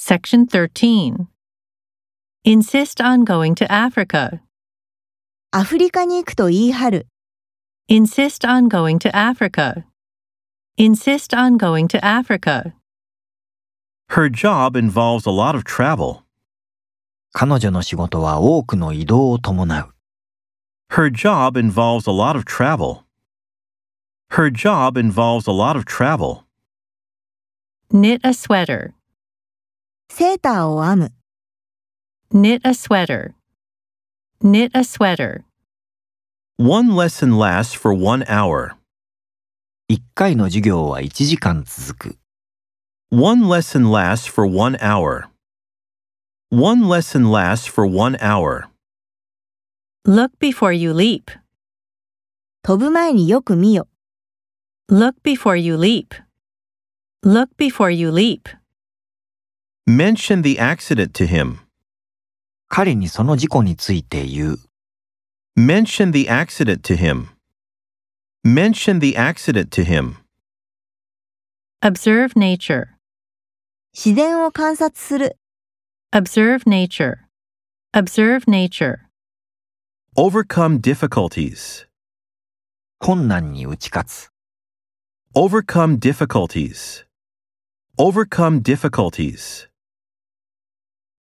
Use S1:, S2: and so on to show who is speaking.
S1: Section 13. Insist on going to Africa.
S2: アフリカに行くと言い張る。
S1: Insist on going to Africa. Insist on going to Africa.
S3: Her job involves a lot of travel.
S4: 彼女の仕事は多くの移動を伴う。
S3: Her job involves a lot of travel. Her job involves a lot of travel.
S1: Knit a sweater.
S2: セーターを編む。
S1: Knit a sweater. Knit a sweater.
S3: One lesson lasts for one hour.
S4: 一回の授業は1時間続く。
S3: One lesson lasts for one hour. One lesson lasts for one hour.
S1: Look before you leap.
S2: 飛ぶ前によく見よ。
S1: Look before you leap. Look before you leap.
S3: Mention the accident to him.
S4: 彼にその事故について言う。
S3: Mention the accident to him. Mention the accident to him.
S1: Observe nature.
S2: 自然を観察する。
S1: Observe nature. Observe nature.
S3: Overcome difficulties.
S4: 困難に打ち勝つ。
S3: Overcome difficulties. Overcome difficulties.